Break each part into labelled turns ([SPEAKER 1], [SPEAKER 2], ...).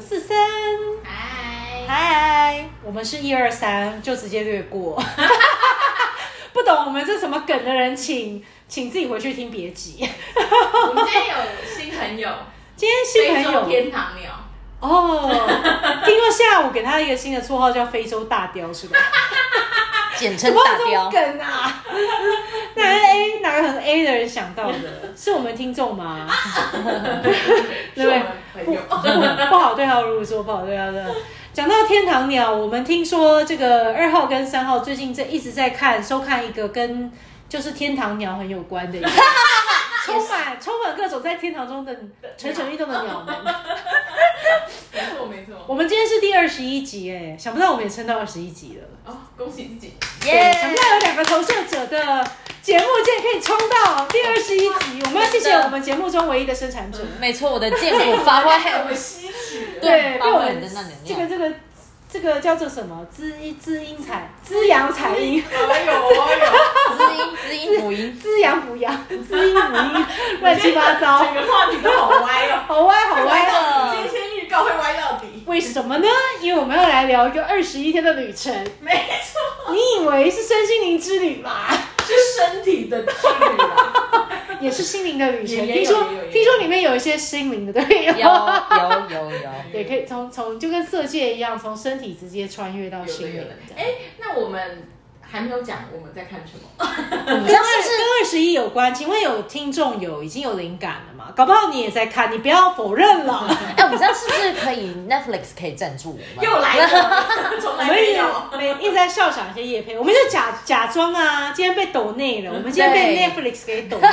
[SPEAKER 1] 四三，
[SPEAKER 2] 嗨，
[SPEAKER 1] 嗨，我们是一二三，就直接略过。 不懂我们这什么梗的人，请请自己回去听别集。
[SPEAKER 2] 我们今天有新朋友，
[SPEAKER 1] 今天新
[SPEAKER 2] 非洲
[SPEAKER 1] 朋友
[SPEAKER 2] 天堂鸟，
[SPEAKER 1] 哦，听说下午给他一个新的绰号叫非洲大雕，是吧？
[SPEAKER 3] 简
[SPEAKER 1] 怎
[SPEAKER 3] 称
[SPEAKER 1] 么
[SPEAKER 3] 大
[SPEAKER 1] 有这种
[SPEAKER 3] 雕。
[SPEAKER 1] 梗啊？ 哪个 A 哪个很 A 的人想到的？是我们听众吗？对
[SPEAKER 2] 是我们朋友。
[SPEAKER 1] 不好对号入座，不好对号入座。讲到天堂鸟，我们听说这个二号跟三号最近这一直在看收看一个跟就是天堂鸟很有关 的一个，充满充满各种在天堂中的蠢蠢欲动的鸟们。
[SPEAKER 2] 没错没错。
[SPEAKER 1] 我们今天是第二十一集哎，想不到我们也撑到二十一集了，
[SPEAKER 2] 哦，恭喜自己，
[SPEAKER 1] 对想不到有两个投射者的节目竟然可以冲到第二十一集，我们要谢谢
[SPEAKER 3] 真的
[SPEAKER 1] 我们节目中唯一的生产者。
[SPEAKER 3] 没错，我的剑骨发
[SPEAKER 2] 我
[SPEAKER 3] 挥，
[SPEAKER 2] 们吸取了
[SPEAKER 1] 对，被
[SPEAKER 3] 发
[SPEAKER 1] 我
[SPEAKER 3] 挥
[SPEAKER 1] 们
[SPEAKER 3] 你的那能
[SPEAKER 1] 这个
[SPEAKER 3] 量。
[SPEAKER 1] 这个这个叫做什么？滋滋阴采，滋阳采阴，
[SPEAKER 2] 哎呦哎呦，
[SPEAKER 3] 滋音滋音母音，
[SPEAKER 1] 滋阳补阳，滋阴补 阴， 乱七八糟
[SPEAKER 2] 整，个话题都好歪哦。
[SPEAKER 1] 好 歪好歪
[SPEAKER 3] 的
[SPEAKER 2] 今天先预告会歪到底，
[SPEAKER 1] 为什么呢？因为我们要来聊一个二十一天的旅程。
[SPEAKER 2] 没错，
[SPEAKER 1] 你以为是身心灵之旅吗？
[SPEAKER 2] 是身体的距 离啦。
[SPEAKER 1] 也是心灵的旅程。
[SPEAKER 2] 也也有
[SPEAKER 1] 听说
[SPEAKER 2] 也有也有
[SPEAKER 1] 听说里面有一些心灵的，对
[SPEAKER 3] 有有有有，
[SPEAKER 1] 也可以从从就跟色戒一样，从身体直接穿越到
[SPEAKER 2] 有的
[SPEAKER 1] 心
[SPEAKER 2] 有
[SPEAKER 1] 灵
[SPEAKER 2] 的。。哎，那我们还没有讲我们在看什么。
[SPEAKER 3] 你知
[SPEAKER 1] 跟
[SPEAKER 3] 道
[SPEAKER 1] 二
[SPEAKER 3] 是不是？
[SPEAKER 1] 跟二十一有关，请问有听众有已经有灵感了吗？搞不好你也在看，你不要否认了。
[SPEAKER 3] 哎， 我们这样是不是可以 Netflix 可以赞助我们？
[SPEAKER 2] 又来了， 从
[SPEAKER 1] 我
[SPEAKER 2] 来
[SPEAKER 1] 们
[SPEAKER 2] 没
[SPEAKER 1] 一直
[SPEAKER 2] 有。
[SPEAKER 1] 每一直在笑场一些夜配，我们就假假装啊，今天被抖内了，我们今天被
[SPEAKER 3] 嗯对
[SPEAKER 1] Netflix 给抖内。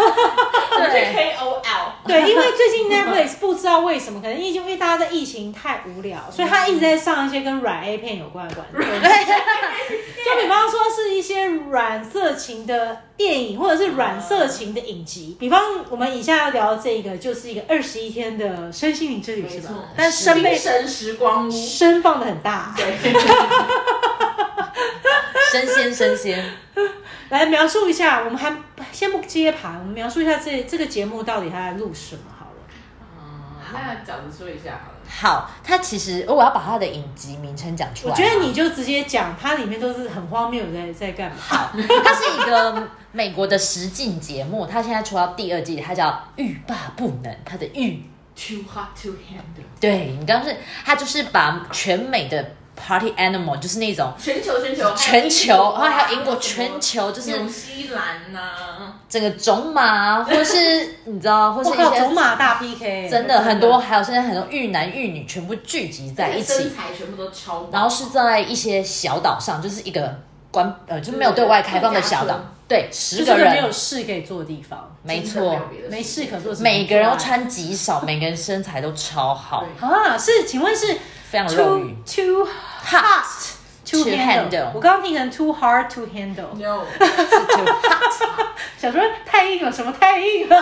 [SPEAKER 2] 是
[SPEAKER 3] 对，
[SPEAKER 2] K O L，
[SPEAKER 1] 对，因为最近 Netflix 不知道为什么，可能疫情，因为大家在疫情太无聊，
[SPEAKER 2] 嗯
[SPEAKER 1] 所以他一直在上一些跟软 A 片有关的关 系。就比方说是一些软色情的电影，或者是软色情的影集。比方我们以下要聊这个，就是一个二十一天的身心灵之旅，是吧
[SPEAKER 2] 没错？
[SPEAKER 1] 但身
[SPEAKER 2] 精
[SPEAKER 1] 被
[SPEAKER 2] 神时 光屋。
[SPEAKER 1] 身放的很大。
[SPEAKER 2] 对，
[SPEAKER 3] 生鲜生鲜，
[SPEAKER 1] 来描述一下，我们还先不接盘，我们描述一下这这个节目到底它在录什么好了。
[SPEAKER 2] 嗯那饺子说一下好了。
[SPEAKER 3] 好，它其实哦我要把它的影集名称讲出
[SPEAKER 1] 我
[SPEAKER 3] 来。
[SPEAKER 1] 觉得你就直接讲，它里面都是很荒谬的在在干嘛。
[SPEAKER 3] 好，它是一个美国的实境节目，它现在出到第二季，它叫《欲罢不能》，它的欲
[SPEAKER 2] Too hot to handle，
[SPEAKER 3] 对你刚刚是，他就是把全美的 party animal，就是那种
[SPEAKER 2] 全球全球
[SPEAKER 3] 全球，然后
[SPEAKER 2] 还
[SPEAKER 3] 还
[SPEAKER 2] 有
[SPEAKER 3] 有英国全球，就
[SPEAKER 2] 就是纽西兰呐，
[SPEAKER 3] 整个种马，或是你知道，或是
[SPEAKER 1] 我
[SPEAKER 3] 一
[SPEAKER 1] 靠，走
[SPEAKER 3] 些
[SPEAKER 1] 马大欸 PK，
[SPEAKER 3] 真
[SPEAKER 1] 的
[SPEAKER 3] 的很多，还有现在很多玉男玉女全部聚集在一
[SPEAKER 2] 身
[SPEAKER 3] 起，
[SPEAKER 2] 材全部都超棒，
[SPEAKER 3] 然后是在一些小岛上，就是一个关呃就是没有对外开放的小岛
[SPEAKER 2] 度假村，
[SPEAKER 3] 对，
[SPEAKER 1] 就
[SPEAKER 3] 十
[SPEAKER 1] 是
[SPEAKER 3] 个
[SPEAKER 1] 一个没有
[SPEAKER 3] 人，
[SPEAKER 1] 事可以做的地方，
[SPEAKER 3] 没
[SPEAKER 2] 真的
[SPEAKER 3] 错，
[SPEAKER 2] 有别的
[SPEAKER 1] 没事可做，
[SPEAKER 3] 每个人都穿极少，每个人身材都超好，
[SPEAKER 2] 对
[SPEAKER 1] 啊。是，请问是
[SPEAKER 3] 非常肉
[SPEAKER 1] too
[SPEAKER 3] 欲
[SPEAKER 1] too
[SPEAKER 3] ，hot
[SPEAKER 1] to
[SPEAKER 3] To handle
[SPEAKER 1] handle？我刚刚听成 too hard to handle，
[SPEAKER 2] No，
[SPEAKER 3] 是 too hot。
[SPEAKER 1] 想说太硬了，什么太硬了？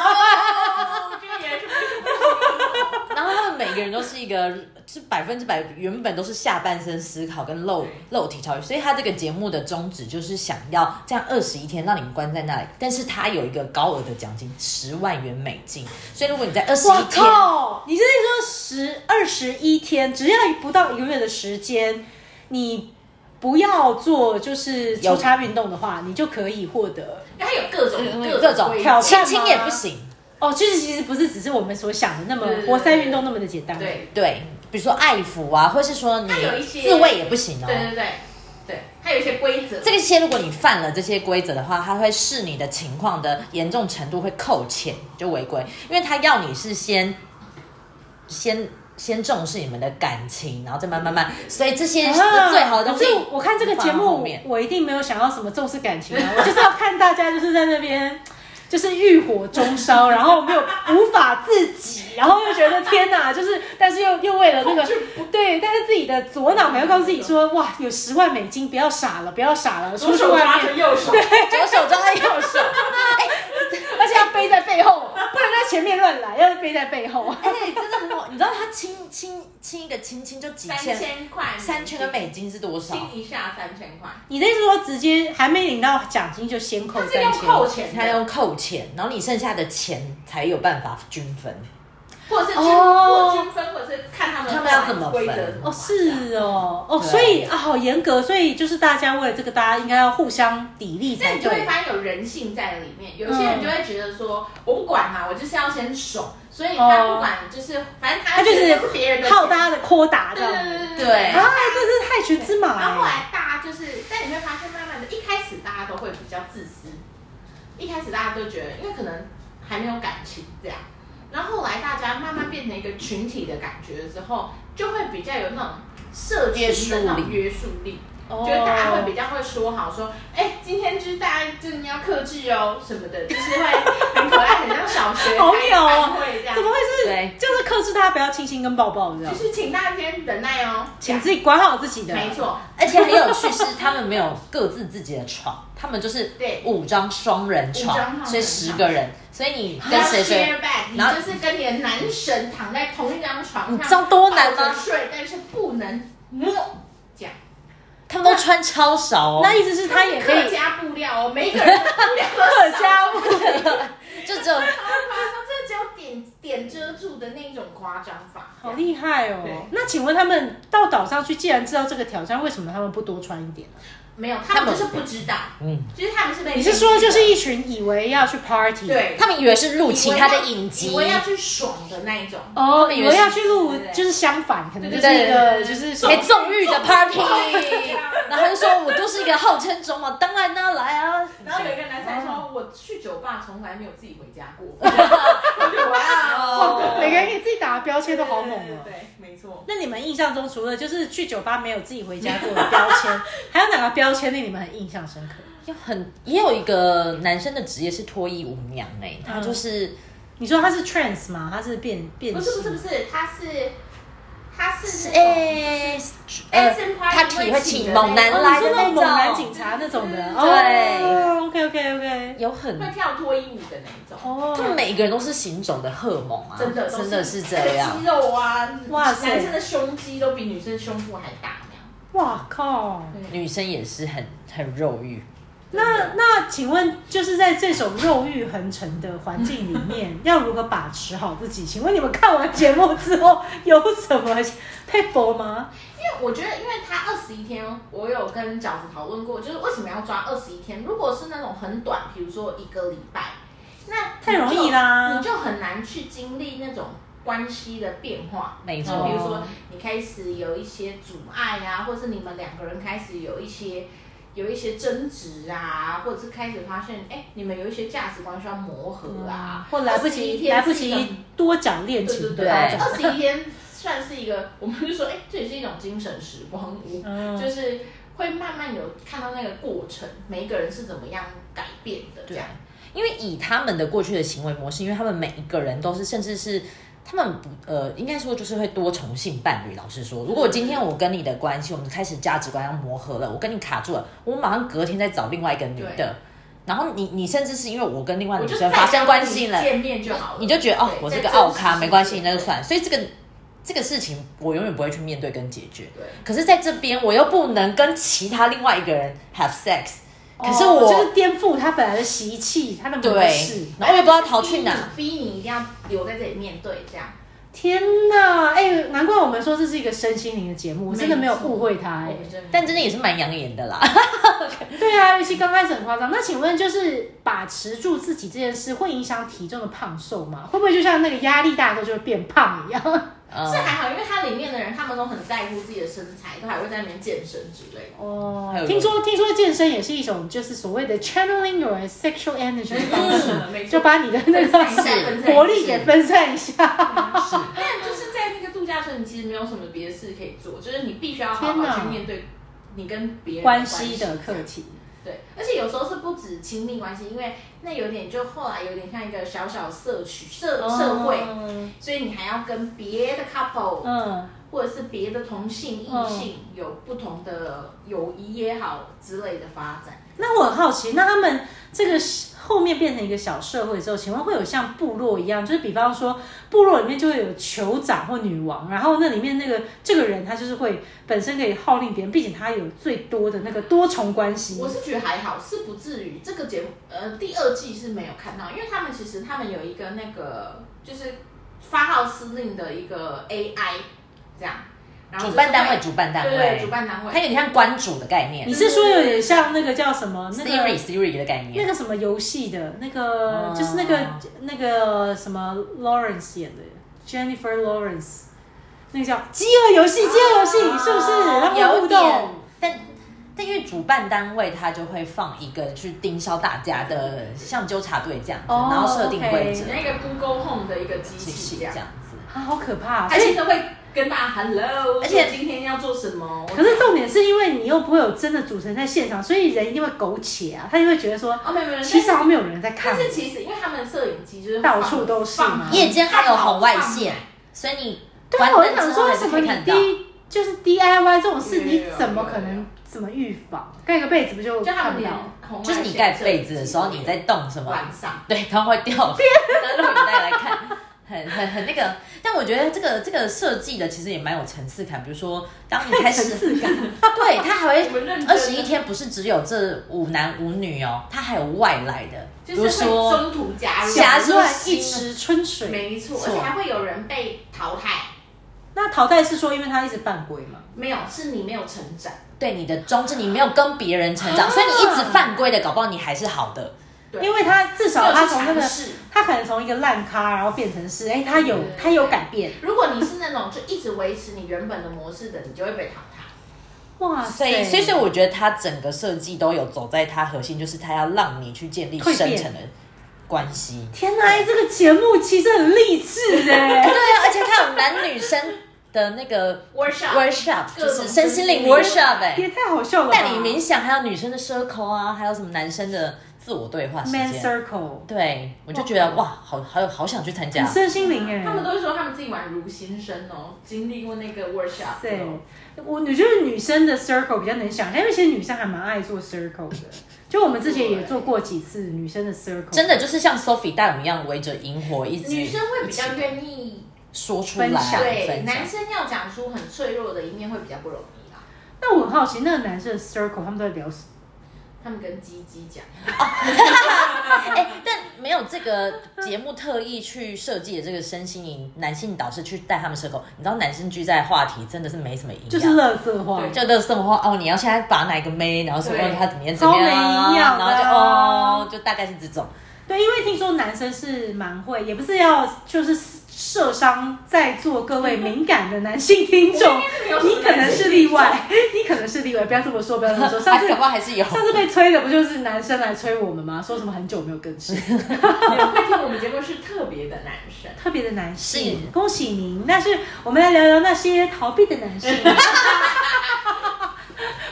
[SPEAKER 2] 哦这个也是不行不行
[SPEAKER 3] 然后他们每个人都是一个，是百分之百原本都是下半身思考跟肉肉体教育，所以他这个节目的宗旨就是想要这样二十一天让你们关在那里，但是他有一个高额的奖金，十万元美金，所以如果你在二十一
[SPEAKER 1] 我
[SPEAKER 3] 天，
[SPEAKER 1] 靠！你这说十二十一天，只要不到一个月的时间，你不要做就是抽
[SPEAKER 3] 有
[SPEAKER 1] 插运动的话，你就可以获得。
[SPEAKER 2] 它有各种
[SPEAKER 3] 嗯各种啊
[SPEAKER 2] 规
[SPEAKER 1] 挑
[SPEAKER 2] 则，
[SPEAKER 1] 战
[SPEAKER 3] 亲
[SPEAKER 1] 吗
[SPEAKER 3] 亲也不行，
[SPEAKER 1] 哦，就是其实不是只是我们所想的那么
[SPEAKER 2] 对对对
[SPEAKER 1] 活塞运动那么的简单。，
[SPEAKER 2] 对
[SPEAKER 3] 对，比如说爱抚啊，或是说你
[SPEAKER 2] 它有一些
[SPEAKER 3] 自慰也不行
[SPEAKER 2] 对
[SPEAKER 3] 哦。
[SPEAKER 2] 对对对，它有一些规则，
[SPEAKER 3] 这个些，如果你犯了这些规则的话，他会视你的情况的严重程度会扣钱，就违规，因为他要你是先先先重视你们的感情，然后再慢慢慢，所以这些是最好的东西。
[SPEAKER 1] 这啊我看这个节
[SPEAKER 3] 放后
[SPEAKER 1] 目
[SPEAKER 3] 面，
[SPEAKER 1] 我一定没有想要什么重视感情啊，我 就是要看大家就是在那边就是欲火中烧，然后没有无法自己，然后又觉得天哪，就是但是又又为了那个对，但是自己的左脑还要告诉自己说，哇，有十万美金，不要傻了，不要傻了，出
[SPEAKER 2] 左
[SPEAKER 1] 去
[SPEAKER 2] 手
[SPEAKER 1] 外
[SPEAKER 2] 抓
[SPEAKER 1] 面
[SPEAKER 2] 着，右手，
[SPEAKER 3] 左手抓右手，
[SPEAKER 1] 而且要背在背后，不能在前面乱来，要背在背后。
[SPEAKER 3] 哎、真的很好。 你知道他亲亲亲一个亲亲就几
[SPEAKER 2] 三
[SPEAKER 3] 千，
[SPEAKER 2] 千块，
[SPEAKER 3] 三千个美金是多少？
[SPEAKER 2] 亲一下三千块，
[SPEAKER 1] 你的意思说，直接还没领到奖金就先扣
[SPEAKER 2] 它
[SPEAKER 1] 三
[SPEAKER 2] 是
[SPEAKER 1] 千？
[SPEAKER 2] 用扣钱
[SPEAKER 3] 哦他
[SPEAKER 2] 的，
[SPEAKER 3] 要扣钱，然后你剩下的钱才有办法均分。
[SPEAKER 2] 或者是
[SPEAKER 1] 哦
[SPEAKER 2] 或均分，或者是看他们
[SPEAKER 3] 他们要怎么
[SPEAKER 2] 规则
[SPEAKER 3] 分
[SPEAKER 2] 怎么
[SPEAKER 1] 哦，
[SPEAKER 2] 玩
[SPEAKER 1] 是哦，哦，
[SPEAKER 3] 对
[SPEAKER 1] 所以啊，好严格，所以就是大家为了这个，大家应该要互相砥砺
[SPEAKER 2] 那
[SPEAKER 1] 才
[SPEAKER 2] 你就会
[SPEAKER 1] 对。
[SPEAKER 2] 发现有人性在里面。有些人就会觉得说，我不管嘛，我就是要先爽，所以他
[SPEAKER 1] 哦
[SPEAKER 2] 不管就是，反正他
[SPEAKER 1] 他就
[SPEAKER 2] 觉
[SPEAKER 1] 是
[SPEAKER 2] 得是别人的
[SPEAKER 1] 靠
[SPEAKER 2] 钱
[SPEAKER 1] 大家的扩打这
[SPEAKER 2] 对
[SPEAKER 1] 样
[SPEAKER 2] 对
[SPEAKER 1] 子。
[SPEAKER 2] 对对
[SPEAKER 3] 对
[SPEAKER 1] 啊，这是太学之马
[SPEAKER 2] 然后后
[SPEAKER 1] 哎。
[SPEAKER 2] 来大家就是，但你会发现，慢慢的，一开始大家都会比较自私，一开始大家都觉得，因为可能还没有感情这样，然后后来大家慢慢变成一个群体的感觉之后，就会比较有那种社群的那种约束力，
[SPEAKER 1] 哦
[SPEAKER 2] 就是大家会比较会说好说，哎，今天就是大家就是你要克制哦什么的，就是会很可爱，很像小学
[SPEAKER 1] 好鸟哦
[SPEAKER 2] 开会这样
[SPEAKER 1] 怎，么会
[SPEAKER 3] 对
[SPEAKER 1] 是？就是克制大家不要亲亲跟抱抱这样
[SPEAKER 2] 就，是请大家先忍耐哦，
[SPEAKER 1] 请自己管好自己的。
[SPEAKER 2] 没。错，
[SPEAKER 3] 而且很有趣是，他们没有各自自己的床，他们就是
[SPEAKER 2] 对
[SPEAKER 3] 五张双人
[SPEAKER 2] 五张双人
[SPEAKER 3] 床，
[SPEAKER 2] 床
[SPEAKER 3] 所以十个人，所以你
[SPEAKER 2] 你要
[SPEAKER 3] 跟谁谁
[SPEAKER 2] share bed，你
[SPEAKER 3] 然后
[SPEAKER 2] 就是跟你的男神躺在同一张床上，
[SPEAKER 3] 你知道多难吗
[SPEAKER 2] 抱着睡，但是不能
[SPEAKER 1] 嗯
[SPEAKER 2] 摸，这样。
[SPEAKER 3] 他们都穿超少哦，
[SPEAKER 1] 那意思是他也可
[SPEAKER 2] 客
[SPEAKER 1] 以
[SPEAKER 2] 家布料哦，每一个人的布料都
[SPEAKER 1] 客
[SPEAKER 2] 少
[SPEAKER 1] 家味。
[SPEAKER 3] 就只有
[SPEAKER 2] 他这只有点点遮住的那种夸张法，
[SPEAKER 1] 好厉害哦
[SPEAKER 2] 对！
[SPEAKER 1] 那请问他们到岛上去，既然知道这个挑战，为什么他们不多穿一点呢？
[SPEAKER 2] 没有，他们就是不知道，
[SPEAKER 3] 嗯，
[SPEAKER 2] 就是他们是被
[SPEAKER 1] 你是说就是
[SPEAKER 2] 一
[SPEAKER 1] 一群以为要去 party，，
[SPEAKER 2] 对，
[SPEAKER 3] 他们以为是录其他的影
[SPEAKER 2] 以
[SPEAKER 3] 集，
[SPEAKER 2] 为要去爽的那一种，
[SPEAKER 1] 哦，
[SPEAKER 3] 们
[SPEAKER 1] 以
[SPEAKER 3] 以为
[SPEAKER 1] 为
[SPEAKER 3] 是
[SPEAKER 1] 要去录
[SPEAKER 2] 对对，对
[SPEAKER 1] 就是相反，可能就是
[SPEAKER 3] 对
[SPEAKER 1] 一
[SPEAKER 3] 对
[SPEAKER 1] 个
[SPEAKER 2] 对
[SPEAKER 1] 就
[SPEAKER 2] 对
[SPEAKER 1] 是
[SPEAKER 3] 哎，纵欲的 party，
[SPEAKER 2] 对
[SPEAKER 3] 然后他就说我就是一个号称中嘛，当然呢，来啊，
[SPEAKER 2] 然后有一个男生说，我去酒吧从来没有自己回家过，我就哇，
[SPEAKER 3] 哦
[SPEAKER 1] 每个人给自己打的标签都好猛
[SPEAKER 2] 对对
[SPEAKER 1] 哦。
[SPEAKER 2] 对，没错。
[SPEAKER 1] 那你们印象中，除了就是去酒吧没有自己回家过的标 签，还有哪个标签令你们很印象深刻？
[SPEAKER 3] 有很也有一个男生的职业是脱衣舞娘哎、他就是
[SPEAKER 1] 你说他是 trans 吗？他是变变
[SPEAKER 2] 不是不是不
[SPEAKER 1] 是，
[SPEAKER 2] 是，他是他是
[SPEAKER 3] 哎
[SPEAKER 2] 哎
[SPEAKER 3] 呃，
[SPEAKER 2] 他
[SPEAKER 3] 他体会请猛男
[SPEAKER 1] 哦，
[SPEAKER 3] 来
[SPEAKER 1] 你
[SPEAKER 3] 的
[SPEAKER 1] 说那
[SPEAKER 3] 那
[SPEAKER 1] 种猛男
[SPEAKER 3] 种
[SPEAKER 1] 警，察那种的，
[SPEAKER 2] 嗯
[SPEAKER 1] 哦，OK OK OK，
[SPEAKER 3] 有很
[SPEAKER 2] 会跳脱衣舞的那一种，
[SPEAKER 1] 哦
[SPEAKER 3] 他们每一个人都是行走的荷尔蒙啊，
[SPEAKER 2] 真的都
[SPEAKER 3] 真的是这
[SPEAKER 2] 那个
[SPEAKER 3] 样
[SPEAKER 2] 肌。肉啊，
[SPEAKER 1] 哇
[SPEAKER 2] 哇
[SPEAKER 1] 塞
[SPEAKER 2] 男生的胸肌都比女生胸部还大那
[SPEAKER 1] 哇靠！
[SPEAKER 2] 样。
[SPEAKER 3] 女生也是很很肉欲，
[SPEAKER 1] 那那请问，就是在这种肉欲横陈的环境里面，要如何把持好自己？请问你们看完节目之后有什么 paper 吗？
[SPEAKER 2] 因为我觉得，因为他二十一天，我有跟饺子讨论过，就是为什么要抓二十一天？如果是那种很短，比如说一个礼拜，那你就
[SPEAKER 1] 太容易啦
[SPEAKER 2] 你就很难去经历那种关系的变化。
[SPEAKER 3] 没
[SPEAKER 2] 就比
[SPEAKER 3] 错
[SPEAKER 2] 如，说你开始有一些阻碍啊，或是你们两个人开始有一些有一些争执啊，或者是开始发现，哎、你们有一些价值观需要磨合啊，
[SPEAKER 1] 嗯或来不
[SPEAKER 2] 21
[SPEAKER 1] 及
[SPEAKER 2] 天
[SPEAKER 1] 来不
[SPEAKER 2] 是一个
[SPEAKER 1] 及多讲恋
[SPEAKER 2] 对对
[SPEAKER 1] 情
[SPEAKER 2] 对，
[SPEAKER 1] 的发
[SPEAKER 3] 对
[SPEAKER 1] 展
[SPEAKER 2] 二十一天算是一个，我们就说，哎、这也是一种精神时光屋，
[SPEAKER 1] 嗯
[SPEAKER 2] 就是会慢慢有看到那个过程，每一个人是怎么样改变的这样。
[SPEAKER 3] 因为以他们的过去的行为模式，因为他们每一个人都是，甚至是他们不呃，应该说就是会多重性伴侣。老实说，如果今天我跟你的关系，我们开始价值观要磨合了，我跟你卡住了，我马上隔天再找另外一个女
[SPEAKER 2] 对
[SPEAKER 3] 的，然后你你甚至是因为我跟另外
[SPEAKER 2] 我
[SPEAKER 3] 女
[SPEAKER 2] 就
[SPEAKER 3] 生
[SPEAKER 2] 再
[SPEAKER 3] 发生关系
[SPEAKER 2] 跟你
[SPEAKER 3] 了，
[SPEAKER 2] 见面就好了，
[SPEAKER 3] 你就觉得哦
[SPEAKER 2] 对，
[SPEAKER 3] 我
[SPEAKER 2] 再
[SPEAKER 3] 是个
[SPEAKER 2] 正
[SPEAKER 3] 奥
[SPEAKER 2] 式
[SPEAKER 3] 咖，
[SPEAKER 2] 一
[SPEAKER 3] 没关系，
[SPEAKER 2] 点
[SPEAKER 3] 那就。算。所以这个这个事情，我永远不会去面对跟解决。
[SPEAKER 2] 对，
[SPEAKER 3] 可是在这边，我又不能跟其他另外一个人 have sex，可是
[SPEAKER 1] 哦
[SPEAKER 3] 我、
[SPEAKER 1] 就是颠覆他本来的习气，他的模式
[SPEAKER 3] 对。，然后我也不知道逃去哪。
[SPEAKER 2] 逼你，逼你一定要留在这里面对这样。
[SPEAKER 1] 天哪！哎、难怪我们说这是一个身心灵的节目，我真的没有误会他、哎
[SPEAKER 2] 我们真的
[SPEAKER 3] 但真的也是蛮养眼 的啦，
[SPEAKER 1] 对啊，尤其刚开始很夸张。那请问，就是把持住自己这件事，会影响体重的胖瘦吗？会不会就像那个压力大的时候就会变胖一样？
[SPEAKER 3] 嗯
[SPEAKER 1] 啊
[SPEAKER 2] 是，还好，因为它里面的人他们都很在乎自己的身材，都还会在那边健身之类的。
[SPEAKER 1] 哦
[SPEAKER 3] 还有，
[SPEAKER 1] 听说听说健身也是一种，就是所谓的 channeling your sexual energy 的方式，
[SPEAKER 2] 嗯没错
[SPEAKER 1] 就把你的那
[SPEAKER 2] 分
[SPEAKER 1] 个
[SPEAKER 2] 散分散
[SPEAKER 1] 活力给分散一下。
[SPEAKER 2] 但就是在那个度假村，你其实没有什么别的事可以做，就是你必须要好
[SPEAKER 1] 天哪
[SPEAKER 2] 好去面对你跟别人
[SPEAKER 1] 关
[SPEAKER 2] 系
[SPEAKER 1] 系的课题，
[SPEAKER 2] 对，而且有时候是不止亲密关系，因为那有点就后来有点像一个小小社区社社会，
[SPEAKER 1] 嗯
[SPEAKER 2] 所以你还要跟别的 couple，、
[SPEAKER 1] 嗯，
[SPEAKER 2] 或者是别的同性异性有不同的友谊也好之类的发展。
[SPEAKER 1] 那我很好奇，那他们这个是后面变成一个小社会之后，请问会有像部落一样，就是比方说部落里面就会有酋长或女王，然后那里面那个这个人他就是会本身可以号令别人，毕竟他有最多的那个多重关系
[SPEAKER 2] 我。是觉得还好，是不至于。这个节目呃第二季是没有看到，因为他们其实他们有一个那个就是发号司令的一个 AI 这样，然后
[SPEAKER 3] 主
[SPEAKER 2] 就是
[SPEAKER 3] 办单
[SPEAKER 2] 会
[SPEAKER 3] 位，主办单
[SPEAKER 2] 对
[SPEAKER 3] 位，
[SPEAKER 2] 对，主办单位，
[SPEAKER 3] 它有点像关主的概念
[SPEAKER 1] 你是说有点像那个叫什么那
[SPEAKER 3] ，Siri
[SPEAKER 1] 个
[SPEAKER 3] Siri 的概
[SPEAKER 1] 那
[SPEAKER 3] 念。
[SPEAKER 1] 个什么游戏的那个，
[SPEAKER 3] 嗯
[SPEAKER 1] 就是那个那个什么 Lawrence 演的 Jennifer Lawrence，那个叫《饥饿游戏》，《饥饿游戏》是不是？他们有
[SPEAKER 3] 有
[SPEAKER 1] 互
[SPEAKER 3] 点
[SPEAKER 1] 动。，
[SPEAKER 3] 但但因为主办单位它就会放一个去盯梢大家的，像纠察队这样子，
[SPEAKER 1] 哦
[SPEAKER 3] 然后设定规则
[SPEAKER 1] OK
[SPEAKER 2] 那个 Google Home 的一个机
[SPEAKER 3] 机
[SPEAKER 2] 器
[SPEAKER 3] 器
[SPEAKER 2] 这
[SPEAKER 3] 这
[SPEAKER 2] 样
[SPEAKER 3] 样。子。
[SPEAKER 1] 啊，好可怕！所
[SPEAKER 2] 而
[SPEAKER 1] 以
[SPEAKER 2] 且都会跟大家 hello，
[SPEAKER 3] 而且
[SPEAKER 2] 说今天要做什么？
[SPEAKER 1] 可是重点是因为你又不会有真的主持人在现场，所以人一定会苟且啊，他就会觉得说，
[SPEAKER 2] 哦，没有没有，
[SPEAKER 1] 其实好像没有人在
[SPEAKER 2] 但
[SPEAKER 1] 看
[SPEAKER 2] 是。但是其实因为他们摄影机就是
[SPEAKER 1] 到处都是
[SPEAKER 2] 放
[SPEAKER 1] 嘛
[SPEAKER 3] 夜间还有红外线，所以你
[SPEAKER 1] 对
[SPEAKER 3] 关
[SPEAKER 1] 啊，我就
[SPEAKER 3] 灯
[SPEAKER 1] 想
[SPEAKER 3] 之后
[SPEAKER 1] 说，为
[SPEAKER 3] 还
[SPEAKER 1] 什
[SPEAKER 3] 是
[SPEAKER 1] 么
[SPEAKER 3] 可以
[SPEAKER 1] 你
[SPEAKER 3] 看到。啊
[SPEAKER 1] D 就是 DIY 这种事，
[SPEAKER 2] 有
[SPEAKER 1] 你
[SPEAKER 2] 有
[SPEAKER 1] 怎么可
[SPEAKER 2] 有有
[SPEAKER 1] 能怎么预防？盖个被子不就
[SPEAKER 2] 就他
[SPEAKER 1] 看
[SPEAKER 2] 们
[SPEAKER 1] 不
[SPEAKER 2] 连
[SPEAKER 1] 到？
[SPEAKER 2] 红外
[SPEAKER 3] 就是
[SPEAKER 2] 线
[SPEAKER 3] 你盖被子的时候，你在动什么？
[SPEAKER 2] 晚上，
[SPEAKER 3] 对，它会掉 落露影带来看，很很很那个。但我觉得这个这个设计的其实也蛮有层次感。比如说，当你开
[SPEAKER 1] 层
[SPEAKER 3] 始，
[SPEAKER 1] 次感，
[SPEAKER 3] 对它还
[SPEAKER 2] 我们认
[SPEAKER 3] 会
[SPEAKER 2] 真
[SPEAKER 3] 二十一天，不是只有这五男五女哦，它还有外来的，比
[SPEAKER 2] 就是
[SPEAKER 3] 如
[SPEAKER 2] 会
[SPEAKER 3] 说
[SPEAKER 2] 中途加入，
[SPEAKER 1] 夹
[SPEAKER 3] 加入
[SPEAKER 1] 乱
[SPEAKER 3] 啊
[SPEAKER 1] 一池春水。
[SPEAKER 2] 没错，而且还会有人被淘汰。
[SPEAKER 1] 那淘汰是说，因为他一直犯规嘛？
[SPEAKER 2] 没有，是你没有成长。
[SPEAKER 3] 对你的装置，你没有跟别人成
[SPEAKER 2] 啊
[SPEAKER 3] 长，所以你一直犯规的，搞不好你还是好的。
[SPEAKER 2] 对
[SPEAKER 1] 因为他至少他从那
[SPEAKER 2] 没
[SPEAKER 1] 个
[SPEAKER 2] 有去尝试
[SPEAKER 1] 他可能从一个烂咖，然后变成是，哎，他有
[SPEAKER 2] 对
[SPEAKER 1] 他有改变，
[SPEAKER 2] 如果你是那种就一直维持你原本的模式的，你就会被淘汰。
[SPEAKER 1] 哇
[SPEAKER 3] 所
[SPEAKER 1] 塞！
[SPEAKER 3] 以，所以，所以我觉得它整个设计都有走在它核心，就是它要让你去建立
[SPEAKER 1] 蜕变
[SPEAKER 3] 深层的关系。
[SPEAKER 1] 天哪，哎这个节目其实很励 志
[SPEAKER 3] 对
[SPEAKER 1] 哎。
[SPEAKER 3] 啊，而且它有男女生的那个
[SPEAKER 2] workshop
[SPEAKER 3] workshop，
[SPEAKER 2] 各
[SPEAKER 3] 就
[SPEAKER 2] 种
[SPEAKER 3] 是身心灵
[SPEAKER 2] 身
[SPEAKER 3] workshop 哎、
[SPEAKER 1] 也太好笑了吧！
[SPEAKER 3] 带你冥想，还有女生的 circle 啊，还有什么男生的自我对话时
[SPEAKER 1] Man
[SPEAKER 3] 间。
[SPEAKER 1] Circle，
[SPEAKER 3] 对，我就觉得哇，好好有好想去参加。
[SPEAKER 1] 身心灵哎。
[SPEAKER 2] 他们都会说他们自己玩如新生哦，经历过那个 workshop
[SPEAKER 1] 对
[SPEAKER 2] 哦。，
[SPEAKER 1] 我我觉得女生的 circle 比较能想象，因为其实女生还蛮爱做 circle 的。就我们之前也做过几次女生的 circle，
[SPEAKER 3] 真的就是像 Sophie 带我们一样，围着萤火一直
[SPEAKER 2] 女生会比较愿意，
[SPEAKER 3] 说出来
[SPEAKER 1] 分享
[SPEAKER 2] 对
[SPEAKER 3] 分享
[SPEAKER 2] 男。生要讲出很脆弱的一面会比较不容易啦。
[SPEAKER 1] 那我很好奇，那个男生的 circle 他们都在聊什么？
[SPEAKER 2] 他们跟鸡鸡 讲，
[SPEAKER 3] 哎、但没有这个节目特意去设计的这个身心灵男性导师去带他们社恐，你知道男生聚在话题真的是没什么营养，
[SPEAKER 1] 就是乐色话，
[SPEAKER 2] 对
[SPEAKER 3] 就乐色话哦，你要现在把哪个妹，然后说
[SPEAKER 2] 对
[SPEAKER 3] 问他怎么样怎么
[SPEAKER 1] 超
[SPEAKER 3] 样
[SPEAKER 1] 没
[SPEAKER 3] 啊，
[SPEAKER 1] 营养
[SPEAKER 3] 然
[SPEAKER 1] 的
[SPEAKER 3] 后就哦，就大概是这种，
[SPEAKER 1] 对，因为听说男生是蛮会，也不是要就是射伤在座各位敏感的男性听 众，你可能是例外，你可能是例外，不要这么说，不要这么说。上
[SPEAKER 3] 啊，
[SPEAKER 1] 次
[SPEAKER 3] 搞不 好还是 有。
[SPEAKER 1] 上次被催的不就是男生来催我们吗？说什么很久没有更新，。
[SPEAKER 2] 没有会听我们节目是特别的男生
[SPEAKER 1] 特别的男性
[SPEAKER 3] 是，
[SPEAKER 1] 恭喜您。但是我们来聊聊那些逃避的男性，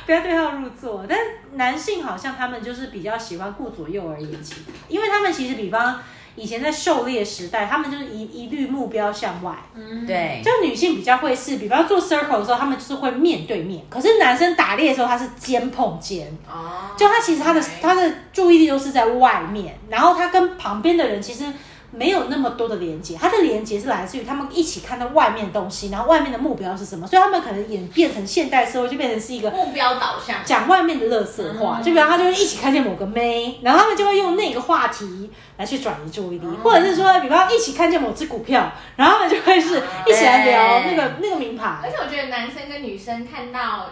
[SPEAKER 1] 不要对号入座。但男性好像他们就是比较喜欢顾左右而言其他，因为他们其实比方以前在狩猎时代，他们就是一一律目标向外。
[SPEAKER 2] 嗯，
[SPEAKER 3] 对
[SPEAKER 1] 就，女性比较会是，比方做 circle 的时候，他们就是会面对面。可是男生打猎的时候，他是肩碰肩，
[SPEAKER 2] 哦，
[SPEAKER 1] 就他其实他的
[SPEAKER 2] OK
[SPEAKER 1] 他的注意力都是在外面，然后他跟旁边的人其实没有那么多的连接，他的连接是来自于他们一起看到外面的东西，然后外面的目标是什么，所以他们可能演变成现代社会就变成是一个
[SPEAKER 2] 目标导向，
[SPEAKER 1] 讲外面的乐色话，
[SPEAKER 2] 嗯
[SPEAKER 1] 就比方他就会一起看见某个妹，然后他们就会用那个话题来去转移注意力，
[SPEAKER 2] 嗯
[SPEAKER 1] 或者是说，比方一起看见某只股票，然后他们就会是一起来聊那个那个名
[SPEAKER 2] 而
[SPEAKER 1] 牌。
[SPEAKER 2] 且我觉得男生跟女生看到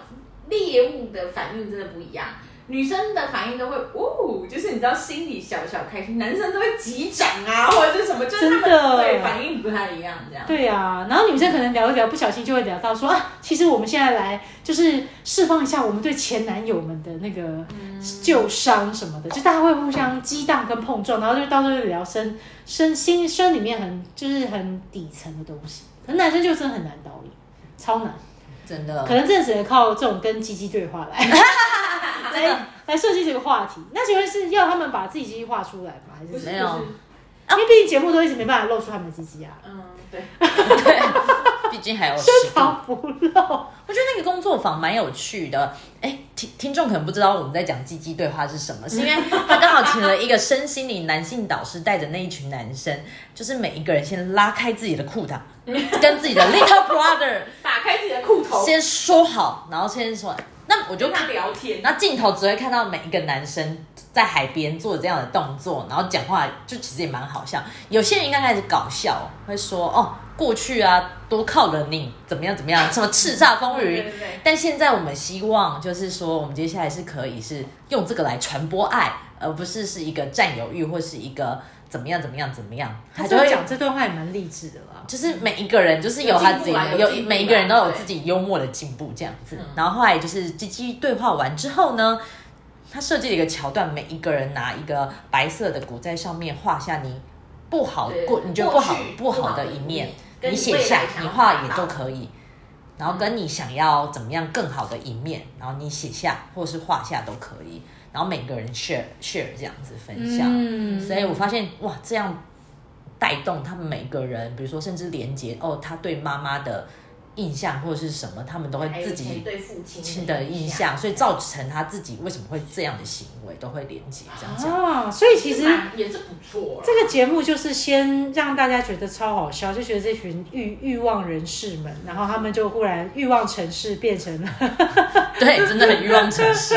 [SPEAKER 2] 猎物的反应真的不一样。女生的反应都会哦，就是你知道心里小小开心，男生都会击掌啊，或者是什么，就是他们
[SPEAKER 1] 真的
[SPEAKER 2] 对反应不太一样，这样。
[SPEAKER 1] 对啊，然后女生可能聊一聊，不小心就会聊到说啊，其实我们现在来就是释放一下我们对前男友们的那个
[SPEAKER 3] 嗯
[SPEAKER 1] 旧伤什么的，就大家会互相激荡跟碰撞，然后就到最后聊身身心身里面很就是很底层的东西，可能男生就真的很难导引，超难。
[SPEAKER 3] 嗯真的
[SPEAKER 1] 可能真的只能靠这种跟鸡鸡对话 来来来设计这个话题。那请问是要他们把自己鸡鸡画出来吗？还是
[SPEAKER 2] 不是
[SPEAKER 1] 什么
[SPEAKER 3] 没有
[SPEAKER 2] 不是
[SPEAKER 1] 因为毕竟节目都一直没办法露出他们的鸡鸡啊，
[SPEAKER 2] 嗯，对，
[SPEAKER 3] 对，毕竟还有
[SPEAKER 1] 深
[SPEAKER 3] 食物
[SPEAKER 1] 藏不露。
[SPEAKER 3] 我觉得那个工作坊蛮有趣的。哎，听听众可能不知道我们在讲鸡鸡对话是什么，是因为他刚好请了一个身心灵男性导师，带着那一群男生，就是每一个人先拉开自己的裤裆，跟自己的 little brother
[SPEAKER 2] 打开自己的裤头，
[SPEAKER 3] 先说好，然后先说。那我就
[SPEAKER 2] 跟他聊天，
[SPEAKER 3] 那镜头只会看到每一个男生在海边做这样的动作，然后讲话就其实也蛮好笑。有些人应该开始搞笑，会说哦，过去啊多靠了你，怎么样怎么样，什么叱咤风
[SPEAKER 2] 对
[SPEAKER 3] 云
[SPEAKER 2] 对。对，
[SPEAKER 3] 但现在我们希望就是说，我们接下来是可以是用这个来传播爱，而不是是一个占有欲或是一个怎么样怎么样怎么样，
[SPEAKER 1] 他
[SPEAKER 3] 他
[SPEAKER 1] 就
[SPEAKER 3] 就会
[SPEAKER 1] 讲这段话也蛮励志的啦。
[SPEAKER 3] 就是每一个人就是有他自己
[SPEAKER 2] 有进步啊有
[SPEAKER 3] 有
[SPEAKER 2] 进步啊
[SPEAKER 3] 每一个人都有自己幽默的进步这样子
[SPEAKER 2] 嗯。
[SPEAKER 3] 然后后来就是鸡鸡对话完之后呢，他设计了一个桥段，每一个人拿一个白色的鼓在上面画下你不好
[SPEAKER 2] 对
[SPEAKER 3] 过你觉得不
[SPEAKER 2] 过去
[SPEAKER 3] 好不好的一面，你写下你画也都可以。然后跟你想要怎么样更好的一面，然后你写下或是画下都可以，然后每个人 share share 这样子分享。
[SPEAKER 1] 嗯
[SPEAKER 3] 所以我发现哇，这样带动他们每个人，比如说甚至连接哦，他对妈妈的印象或者是什么，他们都
[SPEAKER 2] 还
[SPEAKER 3] 会
[SPEAKER 2] 有
[SPEAKER 3] 自
[SPEAKER 2] 以前
[SPEAKER 3] 己
[SPEAKER 2] 对父亲
[SPEAKER 3] 亲的印象，所以造成他自己为什么会这样的行为，都会连接这样 讲。
[SPEAKER 1] 啊，所以其
[SPEAKER 2] 其
[SPEAKER 1] 实
[SPEAKER 2] 实蛮也是不错啊啦。
[SPEAKER 1] 这个节目就是先让大家觉得超好笑，就觉得这群欲欲望人士们，然后他们就忽然欲望城市变成 了
[SPEAKER 3] 对，真的很欲望城 市。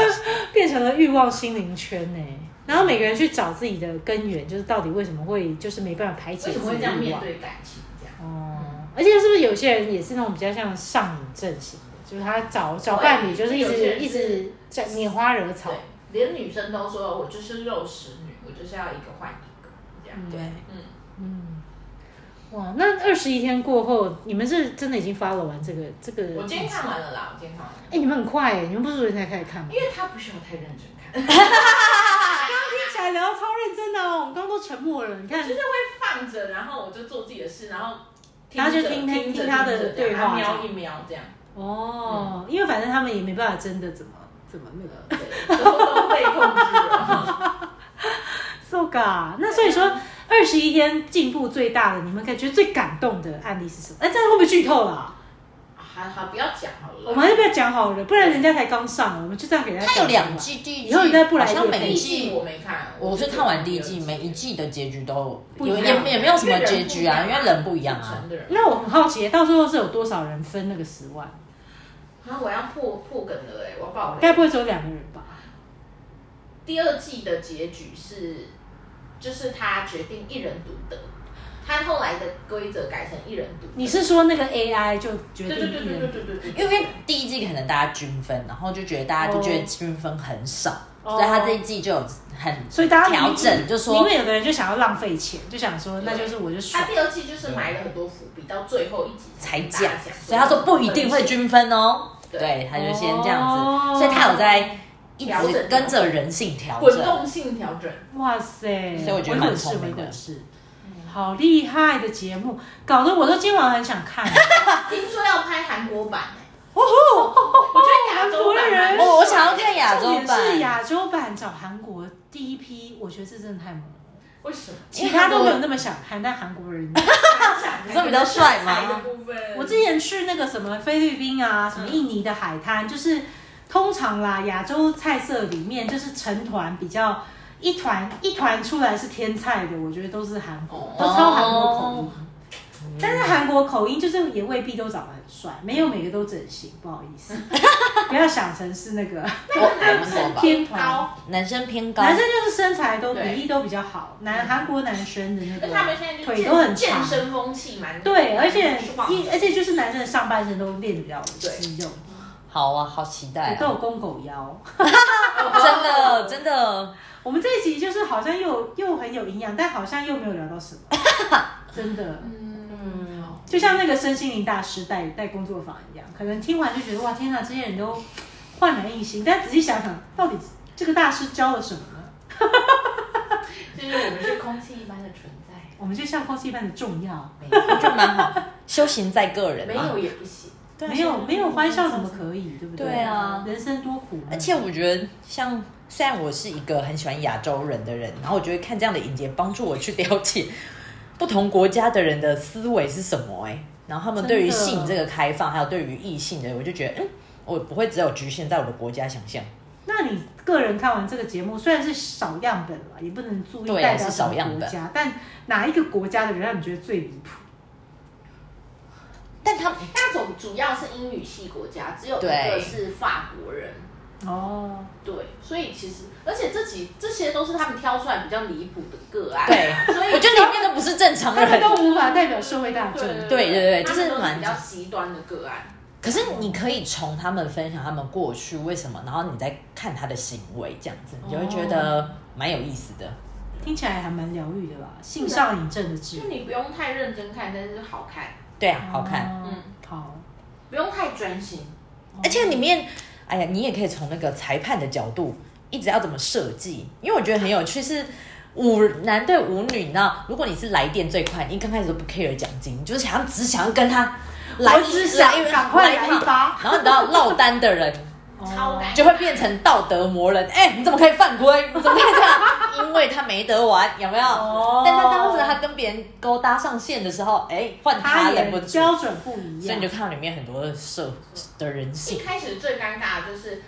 [SPEAKER 1] 变成了欲望心灵圈呢、然后每个人去找自己的根源，就是到底为什么会就是没办法排解自
[SPEAKER 2] 为什
[SPEAKER 1] 己
[SPEAKER 2] 么会这
[SPEAKER 1] 的
[SPEAKER 2] 样
[SPEAKER 1] 欲
[SPEAKER 2] 面
[SPEAKER 1] 望。
[SPEAKER 2] 对感情这样？
[SPEAKER 1] 哦，而且是不是有些人也是那种比较像上瘾症型的，就是他找找伴侣就是一
[SPEAKER 2] 有些
[SPEAKER 1] 直
[SPEAKER 2] 人是
[SPEAKER 1] 一直在拈花惹草
[SPEAKER 2] 对。，连女生都说我就是肉食女，我就是要一个换一个这样。
[SPEAKER 3] 对，
[SPEAKER 2] 嗯，
[SPEAKER 1] 嗯，哇，那二十一天过后，你们是真的已经 follow 完这个这个？
[SPEAKER 2] 我今天看完了啦，我今天看完了，
[SPEAKER 1] 哎、你们很快哎、你们不是昨天才开始看吗？
[SPEAKER 2] 因为他不需要太认真看，
[SPEAKER 1] 听起来聊得超认真的哦，我们刚刚都沉默了。你看，
[SPEAKER 2] 放着，然后我就做自己的事，然后听
[SPEAKER 1] 然后就
[SPEAKER 2] 着
[SPEAKER 1] 听听
[SPEAKER 2] 听着
[SPEAKER 1] 他的
[SPEAKER 2] 着这
[SPEAKER 1] 对
[SPEAKER 2] 样然后
[SPEAKER 1] 话
[SPEAKER 2] 瞄一瞄这样。
[SPEAKER 1] 哦，因为反正他们也没办法真的怎么怎么那个。
[SPEAKER 2] 对，都都被控制了。
[SPEAKER 1] So ga，那所以说二十一天进步最大的，你们感觉最感动的案例是什么？哎、这样会不会剧透了啊、
[SPEAKER 2] 好好，不要讲好
[SPEAKER 1] 我
[SPEAKER 2] 了
[SPEAKER 1] 们
[SPEAKER 2] 啦。
[SPEAKER 1] 还是不要讲好了，不然人家才刚上，我们就这样给人家。
[SPEAKER 3] 它有两，季，第一季
[SPEAKER 1] 以后你再不来
[SPEAKER 3] 好像
[SPEAKER 1] 就
[SPEAKER 3] 每
[SPEAKER 2] 第
[SPEAKER 3] 一
[SPEAKER 2] 一
[SPEAKER 3] 季
[SPEAKER 2] 季我没看，
[SPEAKER 3] 我
[SPEAKER 2] 就是
[SPEAKER 3] 看完第一季，
[SPEAKER 2] 没
[SPEAKER 3] 每一季的结局都
[SPEAKER 1] 不一
[SPEAKER 3] 有
[SPEAKER 1] 样
[SPEAKER 3] 也也没有什么结局啊，因为人不一样啊。
[SPEAKER 2] 成的人。
[SPEAKER 1] 那我很好奇，到最后是有多少人分那个十万？
[SPEAKER 2] 啊，我要破破梗了哎，我要爆
[SPEAKER 1] 该
[SPEAKER 2] 雷。
[SPEAKER 1] 不会只有两个人吧？
[SPEAKER 2] 第二季的结局是，就是他决定一人独得，他后来的规则改成一人独得。
[SPEAKER 1] 你是说那个 AI 就决
[SPEAKER 2] 对对
[SPEAKER 1] 定
[SPEAKER 2] 对
[SPEAKER 1] 一
[SPEAKER 2] 对
[SPEAKER 1] 人
[SPEAKER 2] 对对对对，
[SPEAKER 3] 因为第一季可能大家均分，然后就觉得大家就觉得均分很少，所以他这一季就有很
[SPEAKER 1] 哦所以大家
[SPEAKER 3] 调整就说
[SPEAKER 1] 因为有的人就想要浪费钱，就想说那就是我就爽
[SPEAKER 2] 他。第二季就是埋了很多伏笔，到最后一集
[SPEAKER 3] 才
[SPEAKER 2] 跟大
[SPEAKER 3] 讲
[SPEAKER 2] 家，讲。
[SPEAKER 3] 所以他说不一定会均分哦。
[SPEAKER 2] 对
[SPEAKER 3] 对，他就先这样子，
[SPEAKER 1] 哦
[SPEAKER 3] 所以他有在一
[SPEAKER 2] 调整
[SPEAKER 3] 直跟着人性调
[SPEAKER 2] 滚
[SPEAKER 3] 整。
[SPEAKER 2] 动性调整。
[SPEAKER 1] 哇塞，
[SPEAKER 3] 所以我觉得蛮聪明
[SPEAKER 1] 鬼
[SPEAKER 3] 的
[SPEAKER 1] 鬼是鬼鬼是好厉害的节目，搞得我都今晚很想看。
[SPEAKER 2] 听说要拍韩国版哎，
[SPEAKER 1] 哦 吼，
[SPEAKER 2] 我觉得亚洲版蛮
[SPEAKER 1] 韩国人
[SPEAKER 2] 爽的
[SPEAKER 3] 我我想要看亚洲
[SPEAKER 1] 重点是
[SPEAKER 3] 版，
[SPEAKER 1] 亚洲版找韩国第一批，我觉得这真的太猛了。
[SPEAKER 2] 为什么？
[SPEAKER 1] 其他都没有那么想看，但韩国人，
[SPEAKER 2] 你
[SPEAKER 3] 说比较帅吗
[SPEAKER 1] 我之前去那个什么菲律宾啊，
[SPEAKER 2] 嗯
[SPEAKER 1] 什么印尼的海滩，就是通常啦，亚洲菜色里面就是成团比较一团一团出来是天菜的，我觉得都是韩国
[SPEAKER 2] 哦，
[SPEAKER 1] 都超韩国口音。但是韩国口音就是也未必都长得很帅，没有每个都整形，不好意思， 不要想成是那个
[SPEAKER 2] 那个男
[SPEAKER 3] 我
[SPEAKER 2] 生
[SPEAKER 3] 吧
[SPEAKER 1] 天团。
[SPEAKER 2] 高，
[SPEAKER 3] 男生偏高，
[SPEAKER 1] 男生就是身材都比
[SPEAKER 2] 对
[SPEAKER 1] 例都比较好，男韩国男生的那
[SPEAKER 2] 而且
[SPEAKER 1] 个
[SPEAKER 2] 他们现在就
[SPEAKER 1] 腿都很
[SPEAKER 2] 健
[SPEAKER 1] 长
[SPEAKER 2] 健，身风气蛮
[SPEAKER 1] 对，而且
[SPEAKER 2] 爽
[SPEAKER 1] 一而且就是男生的上半身都练得比较有肌肉，
[SPEAKER 3] 好啊，好期待
[SPEAKER 1] 都
[SPEAKER 3] 啊！
[SPEAKER 1] 有公狗腰。
[SPEAKER 3] 真的真的，
[SPEAKER 1] 我们这一集就是好像又又很有营养，但好像又没有聊到什 么，真的。
[SPEAKER 2] 嗯好
[SPEAKER 1] 就像那个身心灵大师带带工作坊一样，可能听完就觉得哇天哪，这些人都焕然一新。但仔细想想，到底这个大师教了什么呢？
[SPEAKER 2] 就是我们是空气一般的存在，
[SPEAKER 1] 我们就像空气一般的重要，
[SPEAKER 3] 我觉得蛮好，修行在个人啊
[SPEAKER 2] 没
[SPEAKER 3] 嘛
[SPEAKER 2] 有。也不行。
[SPEAKER 1] 没有没有欢笑怎么可以，对不对？
[SPEAKER 3] 啊对啊
[SPEAKER 1] 人生多苦呢，
[SPEAKER 3] 而且我觉得，像虽然我是一个很喜欢亚洲人的人，然后我觉得看这样的影节，帮助我去了解不同国家的人的思维是什么、哎，然后他们对
[SPEAKER 1] 真
[SPEAKER 3] 于
[SPEAKER 1] 的
[SPEAKER 3] 性这个开放，还有对于异性的，我就觉得，嗯，我不会只有局限在我的国家想象。
[SPEAKER 1] 那你个人看完这个节目，虽然是少样本了，也不能注意
[SPEAKER 3] 对啊
[SPEAKER 1] 代表
[SPEAKER 3] 是
[SPEAKER 1] 什
[SPEAKER 3] 少
[SPEAKER 1] 么
[SPEAKER 3] 样
[SPEAKER 1] 国
[SPEAKER 3] 本
[SPEAKER 1] 家，但哪一个国家的人让你觉得最离谱？
[SPEAKER 3] 但他
[SPEAKER 2] 那种主要是英语系国家，只有一
[SPEAKER 3] 对
[SPEAKER 2] 个是法国人，
[SPEAKER 1] 哦，
[SPEAKER 2] 对，所以其实，而且这几这些都是他们挑出来比较离谱的个案，
[SPEAKER 3] 对，
[SPEAKER 2] 所以
[SPEAKER 3] 我觉得里面都不是正常
[SPEAKER 1] 他们
[SPEAKER 3] 人。
[SPEAKER 1] 都无法代表社会大众。
[SPEAKER 2] 对
[SPEAKER 3] 对对对
[SPEAKER 2] 他
[SPEAKER 3] 这是
[SPEAKER 2] 们都是
[SPEAKER 3] 蛮
[SPEAKER 2] 比较极端的个案，
[SPEAKER 3] 可是你可以从他们分享他们过去为什么，然后你再看他的行为，这样子你就会觉得蛮有意思的。
[SPEAKER 1] 听起来还蛮疗愈的吧？性上瘾症的治
[SPEAKER 2] 就
[SPEAKER 1] 疗，
[SPEAKER 2] 你不用太认真看，但是好看，
[SPEAKER 3] 对啊，好看。
[SPEAKER 1] 哦
[SPEAKER 2] 嗯，
[SPEAKER 1] 好。
[SPEAKER 2] 不用太专心。
[SPEAKER 3] 而且里面，哎呀，你也可以从那个裁判的角度，一直要怎么设计，因为我觉得很有趣是。五男对五女，你知道，如果你是来电最快，你刚开始都不 care 奖金，你就是想要只想要跟他来
[SPEAKER 1] 我
[SPEAKER 3] 一，
[SPEAKER 1] 只想赶快来一
[SPEAKER 3] 把。
[SPEAKER 1] 发，
[SPEAKER 3] 然后你知道落单的人
[SPEAKER 1] 哦
[SPEAKER 2] 超感
[SPEAKER 3] 就会变成道德魔人，哎、你怎么可以犯规？你怎么可以这样？因为他没得玩，有没有？
[SPEAKER 1] 哦
[SPEAKER 3] 但他当时他跟别人勾搭上线的时候，哎、换
[SPEAKER 1] 他
[SPEAKER 3] 他
[SPEAKER 1] 也
[SPEAKER 3] 忍不住，
[SPEAKER 1] 标准不一
[SPEAKER 3] 所以
[SPEAKER 1] 样
[SPEAKER 3] 你就。看到里面很多的社的人
[SPEAKER 2] 一
[SPEAKER 3] 性。
[SPEAKER 2] 开始最尴尬的就是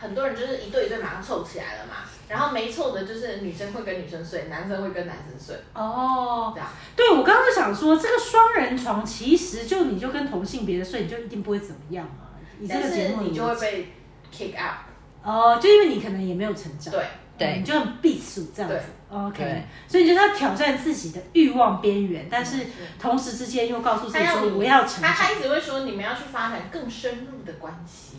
[SPEAKER 2] 很多人就是一对一对马上凑起来了嘛，然后没凑的就是女生会跟女生睡，男生会跟男生睡，
[SPEAKER 1] 哦
[SPEAKER 2] 这样。
[SPEAKER 1] 对，我刚刚就想说，这个双人床其实就你就跟同性别的睡，你就一定不会怎么样啊。以这
[SPEAKER 2] 但
[SPEAKER 1] 个节
[SPEAKER 2] 是
[SPEAKER 1] 目
[SPEAKER 2] 你就
[SPEAKER 1] 的
[SPEAKER 2] 会
[SPEAKER 1] 逻辑
[SPEAKER 2] 被 kick out。
[SPEAKER 1] 哦，就因为你可能也没有成长，
[SPEAKER 2] 对，
[SPEAKER 3] 对
[SPEAKER 1] 你就很避暑这样子
[SPEAKER 2] 对。
[SPEAKER 1] OK，
[SPEAKER 3] 对
[SPEAKER 1] 所以你就是要挑战自己的欲望边缘，但是同时之间又告诉自
[SPEAKER 2] 他
[SPEAKER 1] 己
[SPEAKER 2] 要
[SPEAKER 1] 说
[SPEAKER 2] 嗯你
[SPEAKER 1] 我要成
[SPEAKER 2] 他
[SPEAKER 1] 长。
[SPEAKER 2] 他一直会说你们要去发展更深入的关系，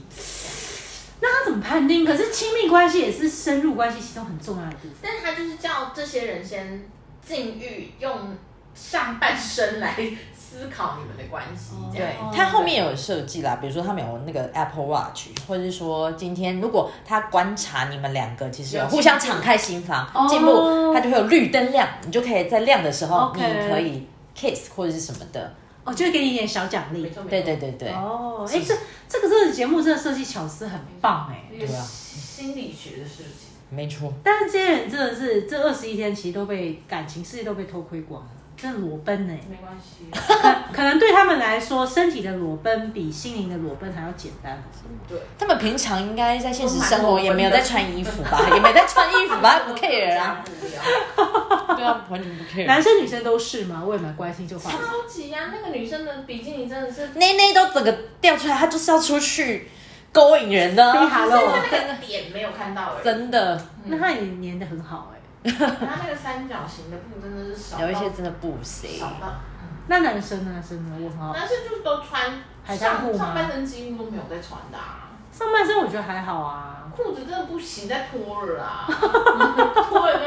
[SPEAKER 1] 那他怎么判定？可是亲密关系也是深入关系其中很重要的部分。
[SPEAKER 2] 但是他就是叫这些人先禁欲，用上半身来思考你们的关系，这样。
[SPEAKER 3] 对
[SPEAKER 1] 哦，
[SPEAKER 3] 它后面有设计啦，比如说他们有那个 Apple Watch，或者是说今天如果他观察你们两个其实有
[SPEAKER 2] 有
[SPEAKER 3] 互相敞开心房
[SPEAKER 1] 哦
[SPEAKER 3] 进步，它就会有绿灯亮，你就可以在亮的时候，你
[SPEAKER 1] OK
[SPEAKER 3] 可以 kiss 或者是什么的。
[SPEAKER 1] 哦，就会给你一点小奖
[SPEAKER 2] 没
[SPEAKER 1] 励。
[SPEAKER 2] 错，没错
[SPEAKER 3] 对对，对对，
[SPEAKER 1] 哦，哎，这这个这个节目真的设计巧思很棒哎。
[SPEAKER 2] 一个
[SPEAKER 3] 对啊
[SPEAKER 2] 心理学的事情。
[SPEAKER 3] 没错。
[SPEAKER 1] 但是这些人真的是这二十一天，其实都被感情事业都被偷窥光了，真的裸奔呢、
[SPEAKER 2] 没关系，
[SPEAKER 1] 可可能对他们来说，身体的裸奔比心灵的裸奔还要简单。
[SPEAKER 2] 对，
[SPEAKER 3] 他们平常应该在现实生活也没有在穿衣服 吧，也没在穿衣服 吧，不 care 啊。
[SPEAKER 2] 无聊，
[SPEAKER 3] 对啊，完全不 care
[SPEAKER 1] 男生女生都是吗？我也蛮关心这话题。
[SPEAKER 2] 超级啊！那个女生的比基尼真的是，
[SPEAKER 3] 内内都整个掉出来，他就是要出去勾引人的
[SPEAKER 1] 非
[SPEAKER 3] 啊，
[SPEAKER 1] 常
[SPEAKER 2] 只是因为
[SPEAKER 3] 真的
[SPEAKER 2] 那个点没有看到而已。
[SPEAKER 3] 真的
[SPEAKER 1] 那他也粘的很好哎、
[SPEAKER 2] 他那个三角形的布真的是少到
[SPEAKER 3] 有一些真的不行。
[SPEAKER 2] 少到，
[SPEAKER 1] 那男生呢？男生呢？我很好。
[SPEAKER 2] 男生就是都穿
[SPEAKER 1] 海滩
[SPEAKER 2] 上
[SPEAKER 1] 裤吗
[SPEAKER 2] 上半身几乎都没有在穿的啊。
[SPEAKER 1] 上半身我觉得还好啊，
[SPEAKER 2] 裤子真的不行，再脱了啊！脱了就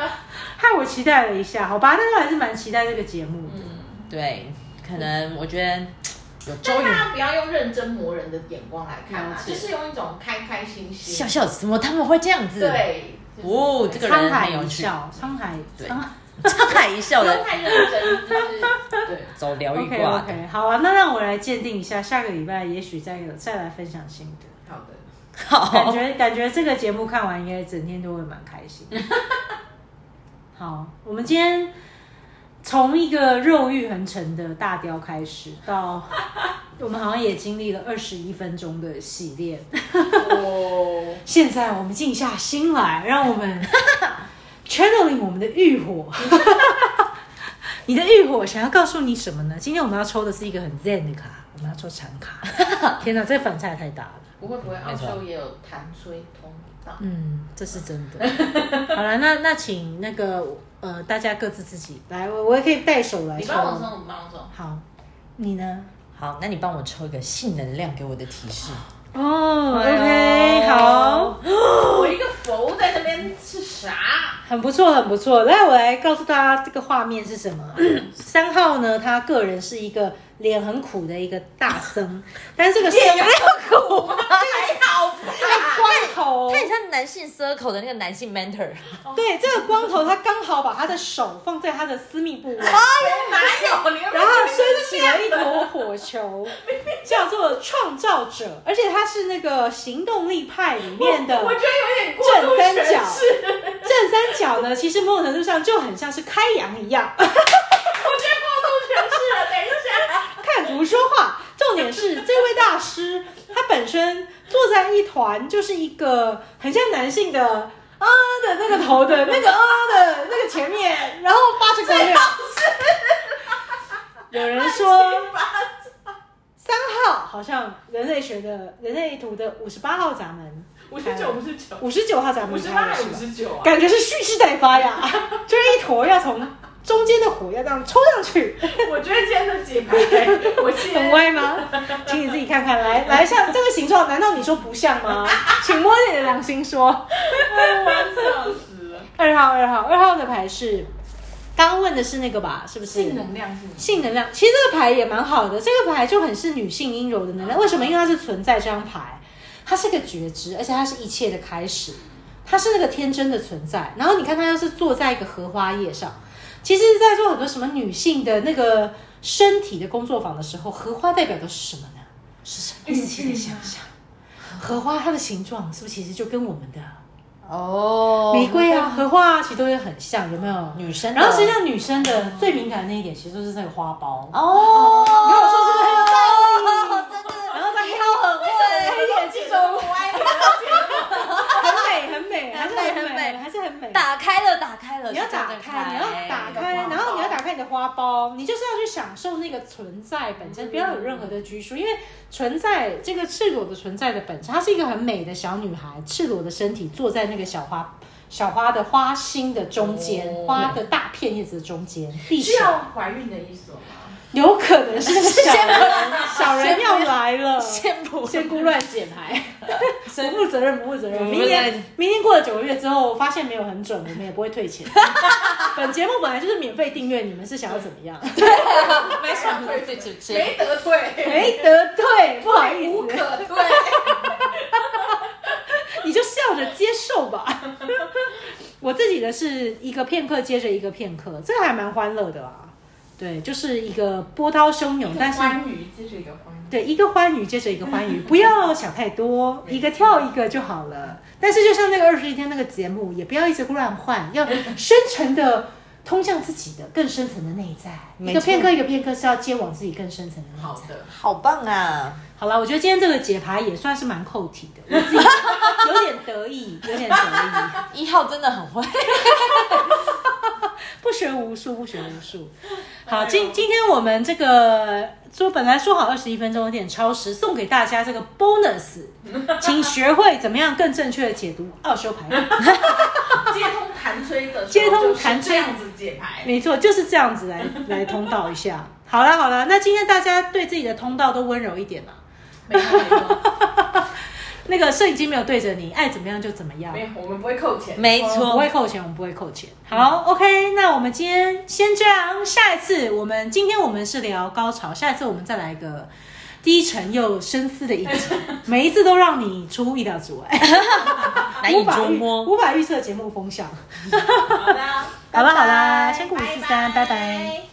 [SPEAKER 1] 害我期待了一下，好吧，但是我还是蛮期待这个节目的。
[SPEAKER 2] 嗯，
[SPEAKER 3] 对，可能我觉得有周
[SPEAKER 2] 但
[SPEAKER 3] 瑜
[SPEAKER 2] 大家不要用认真磨人的眼光来看啊
[SPEAKER 1] 了，解
[SPEAKER 2] 就是用一种开开心
[SPEAKER 3] 笑
[SPEAKER 2] 心，
[SPEAKER 3] 笑，怎么他们会这样子？，
[SPEAKER 2] 对，
[SPEAKER 3] 哦，这个
[SPEAKER 1] 沧
[SPEAKER 3] 人
[SPEAKER 1] 海
[SPEAKER 3] 很有
[SPEAKER 1] 一
[SPEAKER 3] 趣，
[SPEAKER 1] 笑，沧海，
[SPEAKER 3] 对
[SPEAKER 1] 沧海
[SPEAKER 3] 沧海一笑
[SPEAKER 2] 不 用
[SPEAKER 3] 的
[SPEAKER 2] 太认真，就是对。
[SPEAKER 3] 走疗愈
[SPEAKER 1] OK
[SPEAKER 3] 挂的。
[SPEAKER 1] OK，好啊，那让我来鉴定一下，下个礼拜也许再再来分享心得。
[SPEAKER 2] 好的，
[SPEAKER 1] 感
[SPEAKER 3] 好，
[SPEAKER 1] 觉感觉这个节目看完，应该整天都会蛮开心。 好，我们今天从一个肉欲横陈的大雕开始，到我们好像也经历了二十一分钟的洗练。
[SPEAKER 2] 哦，
[SPEAKER 1] 现在我们静下心来，让我 们 channeling 我们的欲火。 你的欲火想要告诉你什么呢？今天我们要抽的是一个很 zen 的卡，我们要抽禅卡。 天哪，这个反差太大了。
[SPEAKER 2] 不会不会，澳
[SPEAKER 3] 没错
[SPEAKER 2] 洲也有弹吹通道。
[SPEAKER 1] 嗯，这是真的。 好了，那那请那个呃，大家各自自己来，我我也可以带手来
[SPEAKER 2] 你
[SPEAKER 1] 抽。
[SPEAKER 2] 帮我送，你帮我送。
[SPEAKER 1] 好，你呢？
[SPEAKER 3] 好，那你帮我抽一个性能量给我的提示。
[SPEAKER 1] 哦、o
[SPEAKER 3] 哎
[SPEAKER 1] k
[SPEAKER 3] 呦
[SPEAKER 1] 好，
[SPEAKER 2] 我一个佛在那边是啥？
[SPEAKER 1] 很不错，很不错。来，我来告诉大家这个画面是什 么。三号呢，他个人是一个脸很苦的一个大 僧，但是这个僧
[SPEAKER 2] 哎
[SPEAKER 3] 苦吗？
[SPEAKER 2] 还好吧？
[SPEAKER 1] 光头，
[SPEAKER 3] 看一下男性 circle 的那个男性 mentor，
[SPEAKER 1] 对，这个光头他刚好把他的手放在他的私密部位，
[SPEAKER 2] 哦啊哪有？你
[SPEAKER 1] 然后升起了一坨火球，叫做创造者，而且他是那个行动力派里面的
[SPEAKER 2] 我觉得有点过度
[SPEAKER 1] 正三角
[SPEAKER 2] 诠释。。
[SPEAKER 1] 正三角呢，其实某种程度上就很像是开阳一样，
[SPEAKER 2] 我觉得过度诠释了，等一下。
[SPEAKER 1] 看图说话。重点是这位大师他本身坐在一团，就是一个很像男性的啊的那个头的那个啊的那个前面，然后八十光亮。有人说
[SPEAKER 2] 吧
[SPEAKER 1] 三号好像人类学的人类图的五十八号闸门，
[SPEAKER 2] 五十九不是九，
[SPEAKER 1] 五十九号闸
[SPEAKER 2] 五
[SPEAKER 1] 门
[SPEAKER 2] 十
[SPEAKER 1] 开
[SPEAKER 2] 八
[SPEAKER 1] 了
[SPEAKER 2] 还
[SPEAKER 1] 是
[SPEAKER 2] 五
[SPEAKER 1] 吧？
[SPEAKER 2] 十九啊？
[SPEAKER 1] 感觉是蓄势待发呀， 就是一坨要从中间的火要这样冲上去，
[SPEAKER 2] 我觉得今天的解牌，我现
[SPEAKER 1] 很
[SPEAKER 2] 在
[SPEAKER 1] 歪 吗？请你自己看看，来来像这个形状，难道你说不像 吗？请摸着你的良心说。
[SPEAKER 2] 笑死了。
[SPEAKER 1] 二号，二号，二号的牌是刚刚问的是那个吧？是不是？
[SPEAKER 2] 性能量是你
[SPEAKER 1] 性能量，其实这个牌也蛮好的，这个牌就很是女性阴柔的能量。为什么？因为它是存在这张牌，它是个觉知，而且它是一切的开始，它是那个天真的存在。然后你看，它又是坐在一个荷花叶上，其实，在做很多什么女性的那个身体的工作坊的时候，荷花代表的是什么呢？是什么？
[SPEAKER 2] 孕育啊
[SPEAKER 1] 仔细的想想，荷花它的形状是不是其实就跟我们的
[SPEAKER 3] 哦，
[SPEAKER 1] 玫瑰啊、荷花啊，其实都有很像，有没有？
[SPEAKER 3] 女生的，
[SPEAKER 1] 然后实际上女生的最敏感的那一点，其实就是那个花苞。
[SPEAKER 3] 哦，
[SPEAKER 1] 没有说是不是很有道理
[SPEAKER 3] 真的，
[SPEAKER 1] 然后再
[SPEAKER 3] 一号很会，
[SPEAKER 1] 点
[SPEAKER 2] 记得我爱你，
[SPEAKER 1] 很美，很美，还是很
[SPEAKER 3] 很美
[SPEAKER 1] 美，还是很美。
[SPEAKER 3] 打开了，打开了，
[SPEAKER 1] 你要
[SPEAKER 3] 是这
[SPEAKER 1] 打
[SPEAKER 3] 个
[SPEAKER 1] 开，你要打
[SPEAKER 2] 开
[SPEAKER 1] 开，然后你要
[SPEAKER 2] 花苞
[SPEAKER 1] 打开你的花苞，你就是要去享受那个存在本身，不要有任何的拘束，因为存在这个赤裸的存在的本身，她是一个很美的小女孩，赤裸的身体坐在那个小花小花的花心的中间，
[SPEAKER 2] 哦
[SPEAKER 1] 花的大片叶子的中间，地
[SPEAKER 2] 需
[SPEAKER 1] 上
[SPEAKER 2] 要怀孕的意思吗？
[SPEAKER 1] 有可能是那个小人，小
[SPEAKER 3] 先
[SPEAKER 1] 人
[SPEAKER 3] 不
[SPEAKER 1] 要
[SPEAKER 3] 要
[SPEAKER 1] 来了，
[SPEAKER 3] 先不
[SPEAKER 1] 仙姑乱捡 牌，不负责任，不负责任。
[SPEAKER 3] 不
[SPEAKER 1] 明
[SPEAKER 3] 负责任
[SPEAKER 1] 年明年过了九个月之后，发现没有很准，我们也不会退 钱。本节目本来就是免费订阅，你们是想要怎么样？
[SPEAKER 3] 没
[SPEAKER 2] 什么
[SPEAKER 3] 对对 对，
[SPEAKER 2] 没得退，
[SPEAKER 1] 没得退，哎不好意
[SPEAKER 2] 无可
[SPEAKER 1] 思，
[SPEAKER 2] 退。
[SPEAKER 1] 你就笑着接受吧。 我自己的是一个片刻接着一个片刻，这个还蛮欢乐的啦。对，就是一个波涛汹涌，但是
[SPEAKER 2] 欢愉，这是一个欢愉。
[SPEAKER 1] 对，一个欢愉接着一个欢愉，不要想太 多，一个跳一个就好了。但是就像那个二十一天那个节目，也不要一直乱换，要深沉的通向自己的更深层的内在。一
[SPEAKER 3] 没
[SPEAKER 1] 个
[SPEAKER 3] 错
[SPEAKER 1] 片刻一个片刻是要接往自己更深层的内
[SPEAKER 2] 好
[SPEAKER 1] 在。
[SPEAKER 2] 的，
[SPEAKER 3] 好棒啊！
[SPEAKER 1] 好了，我觉得今天这个解牌也算是蛮扣题的， 我自己有点得意，有点得意。
[SPEAKER 3] 一号真的很会，
[SPEAKER 1] 不学无术，不学无术。
[SPEAKER 2] 哎
[SPEAKER 1] 好，
[SPEAKER 2] 呦
[SPEAKER 1] 今今天我们这个说本来说好二十一分钟，有点超时，送给大家这个 bonus，请学会怎么样更正确的解读奥修牌。
[SPEAKER 2] 接通弹吹的时候
[SPEAKER 1] 接通弹
[SPEAKER 2] 就是
[SPEAKER 1] 吹
[SPEAKER 2] 这样子解牌。
[SPEAKER 1] 没错，就是这样子来来通道一下。好了好了，那今天大家对自己的通道都温柔一点啦。
[SPEAKER 2] 没有没有
[SPEAKER 1] 那个摄影机没有对着你，爱怎么样就怎么样
[SPEAKER 2] 没。有，我们不会扣钱。
[SPEAKER 3] 没
[SPEAKER 1] 我呃们不
[SPEAKER 3] 错
[SPEAKER 1] 会，扣钱，我们不会扣钱。好、o k 那我们今天先这样，下一次我们今天我们是聊高潮，下一次我们再来一个低沉又深思的一集，每一次都让你出乎意料之 外，
[SPEAKER 3] 难以捉摸。
[SPEAKER 1] 无法预无法预测节目风向。
[SPEAKER 2] 好的，
[SPEAKER 1] 好了
[SPEAKER 3] 拜拜
[SPEAKER 1] 好啦，先顾五四三，拜拜。
[SPEAKER 2] 拜拜。